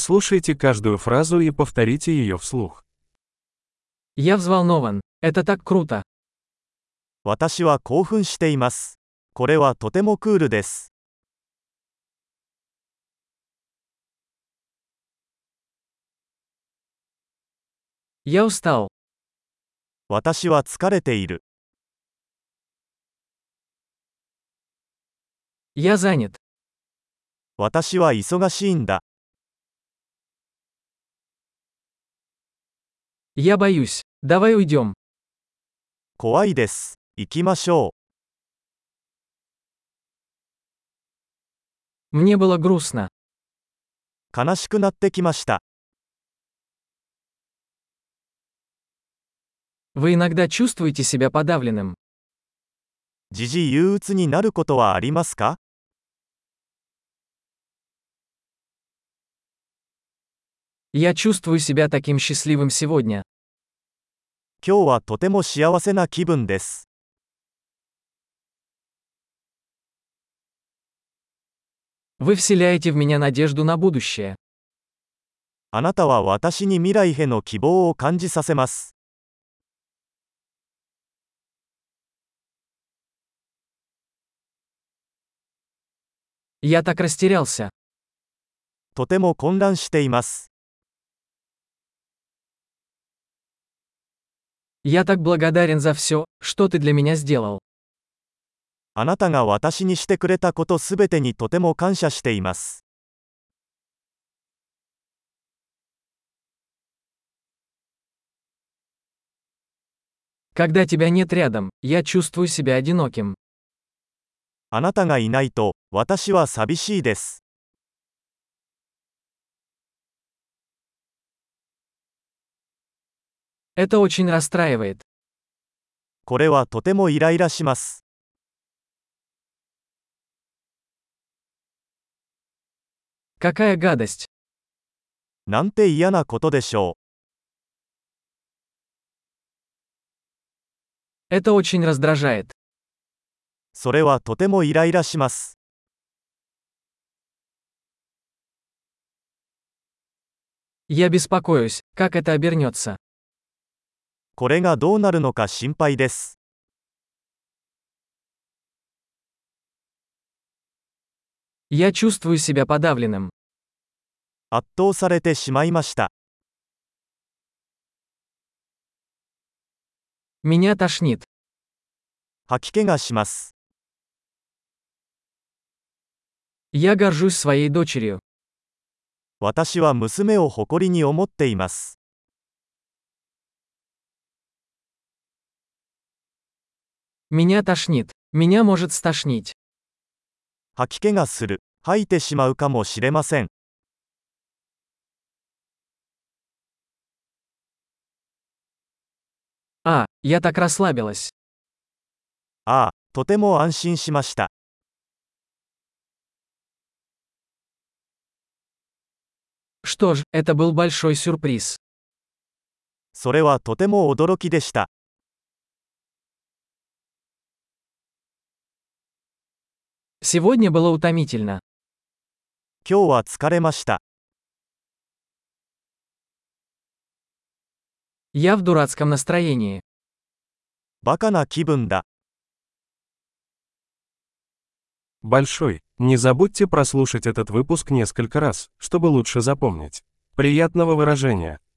Прослушайте каждую фразу и повторите ее вслух. Я взволнован. Это так круто. 私は興奮しています。これはとてもクールです。 Я устал. 私は疲れている。 Я занят. 私は忙しいんだ。 Я боюсь. Давай уйдем. 怖いです。行きましょ Мне было грустно. う。悲しくなってきました。 Вы иногда чувствуете себя подавленным. 時々憂鬱になることはありますか Я чувствую себя таким счастливым сегодня. 今日はとても幸せな気分です。 Вы вселяете в меня надежду на будущее. あなたは私に未来への希望を感じさせます。 Я так растерялся. とても混乱しています。 Я так благодарен за все, что ты для меня сделал. あなたが私にしてくれたことすべてにとても感謝しています。 Когда тебя нет рядом, я чувствую себя одиноким. あなたがいないと、私は寂しいです。 Это очень расстраивает. これはとてもイライラします。 Какая гадость. なんて嫌なことでしょ Это очень раздражает. う。それはとてもイライラします。 Я беспокоюсь, как это обернется. これがどうなるのか心配です。 Я чувствую себя подавленным. 圧倒されてしまいました。 Меня тошнит. 吐き気がします。 Я горжусь своей дочерью. 私は娘を誇りに思っています。 Меня тошнит. Меня может стошнить. 吐き気がする。吐いてしまうかもしれません。 А, я так расслабилась. ああ、とても安心しました。 Что ж, это был большой сюрприз. それはとても驚きでした。 Сегодня было утомительно. 今日は疲れました。 Я в дурацком настроении. バカな気分だ。 Большой. Не забудьте прослушать этот выпуск несколько раз, чтобы лучше запомнить. Приятного выражения!